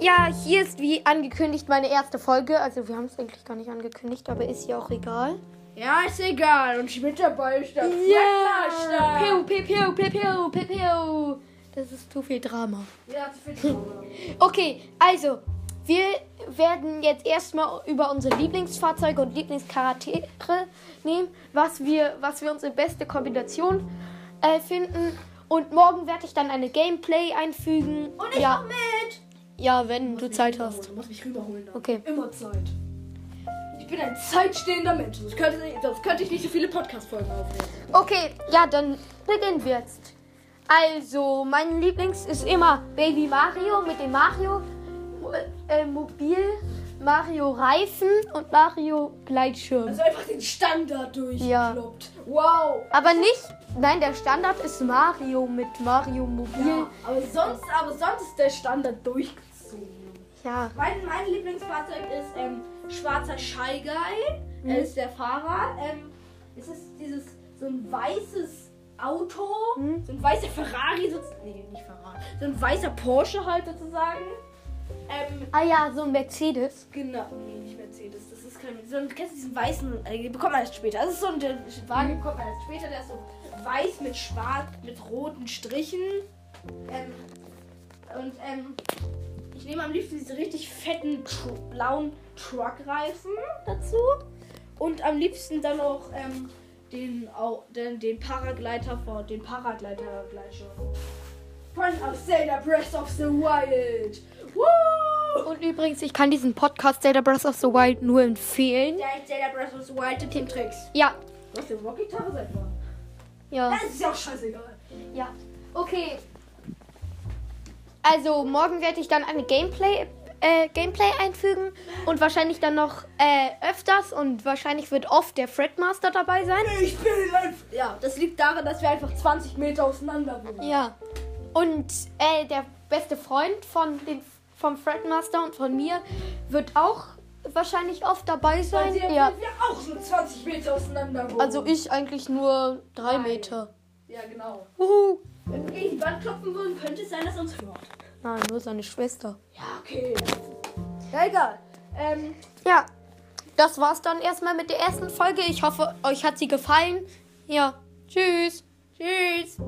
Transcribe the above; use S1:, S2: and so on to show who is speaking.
S1: Ja, hier ist wie angekündigt meine erste Folge. Also wir haben es eigentlich gar nicht angekündigt, aber ist ja auch egal.
S2: Ja, ist egal. Und mit dabei ist der
S1: Piu, piu, piu, piu, piu, piu, piu. Das ist zu viel Drama.
S2: Ja, das finde ich auch.
S1: Okay, also, wir werden jetzt erstmal über unsere Lieblingsfahrzeuge und Lieblingscharaktere nehmen, was wir, was wir unsere beste Kombination äh, finden. Und morgen werde ich dann eine Gameplay einfügen.
S2: Und ich
S1: ja,
S2: auch mit.
S1: ja, wenn du Zeit hast.
S2: Du musst mich rüberholen. Dann.
S1: Okay.
S2: Immer Zeit. Ich bin ein zeitstehender Mensch. Sonst könnte, sonst könnte ich nicht so viele Podcast-Folgen aufnehmen.
S1: Okay, ja, dann beginnen wir jetzt. Also, mein Lieblings ist immer Baby Mario mit dem Mario äh, Mobil, Mario Reifen und Mario Gleitschirm.
S2: Also einfach den Standard durchgekloppt. Wow.
S1: Aber nicht, nein, der Standard ist Mario mit Mario Mobil.
S2: Ja, aber sonst, aber sonst ist der Standard durchgezogen.
S1: Ja,
S2: Mein, mein Lieblingsfahrzeug ist ähm, schwarzer Shy Guy. Er ist der Fahrer. Ähm, es ist dieses so ein weißes Auto,
S1: Mhm.
S2: so ein weißer Ferrari sozusagen. Nee, nicht Ferrari. So ein weißer Porsche halt sozusagen. Ähm,
S1: ah ja, so ein Mercedes.
S2: genau. Nee, nicht Mercedes. Das ist kein. So ein, kennst du diesen weißen? Äh, den bekommt man erst später. Das ist so ein der Wagen, den bekommt man erst später. Der ist so weiß mit schwarz, mit roten Strichen. Ähm, und ähm, ich nehme am liebsten diese richtig fetten tr blauen Truckreifen dazu. Und am liebsten dann auch ähm, den, au- den, den Paragleiter vor, den Paragleiter gleich schon. Friend of Zelda, Breath of the Wild. Woo!
S1: Und übrigens, ich kann diesen Podcast Data Breath of the Wild nur empfehlen.
S2: Der Zelda, Breath of the Wild, Team Tricks.
S1: Ja,
S2: Was für Rockgitarre seid ihr?
S1: ja,
S2: Das ist ja auch scheißegal.
S1: ja. Okay. Also, morgen werde ich dann eine Gameplay, äh, Gameplay einfügen und wahrscheinlich dann noch äh, öfters und wahrscheinlich wird oft der Fredmaster dabei sein.
S2: Ich bin ein. Ja, das liegt daran, dass wir einfach 20 Meter auseinander wohnen.
S1: Ja. Und äh, der beste Freund von den, vom Fredmaster und von mir wird auch wahrscheinlich oft dabei
S2: Weil
S1: sein.
S2: wir,
S1: Ja.
S2: wir auch so 20 Meter auseinander wohnen.
S1: Also ich eigentlich nur drei
S2: Nein.
S1: Meter.
S2: Ja, genau.
S1: Uhu.
S2: Wenn wir gegen die Wand klopfen würden, könnte es sein, dass er uns hört.
S1: Nein, nur seine Schwester.
S2: Ja, okay. Ja, egal. Ähm,
S1: Ja. Das war's dann erstmal mit der ersten Folge. Ich hoffe, euch hat sie gefallen. Ja. Tschüss. Tschüss.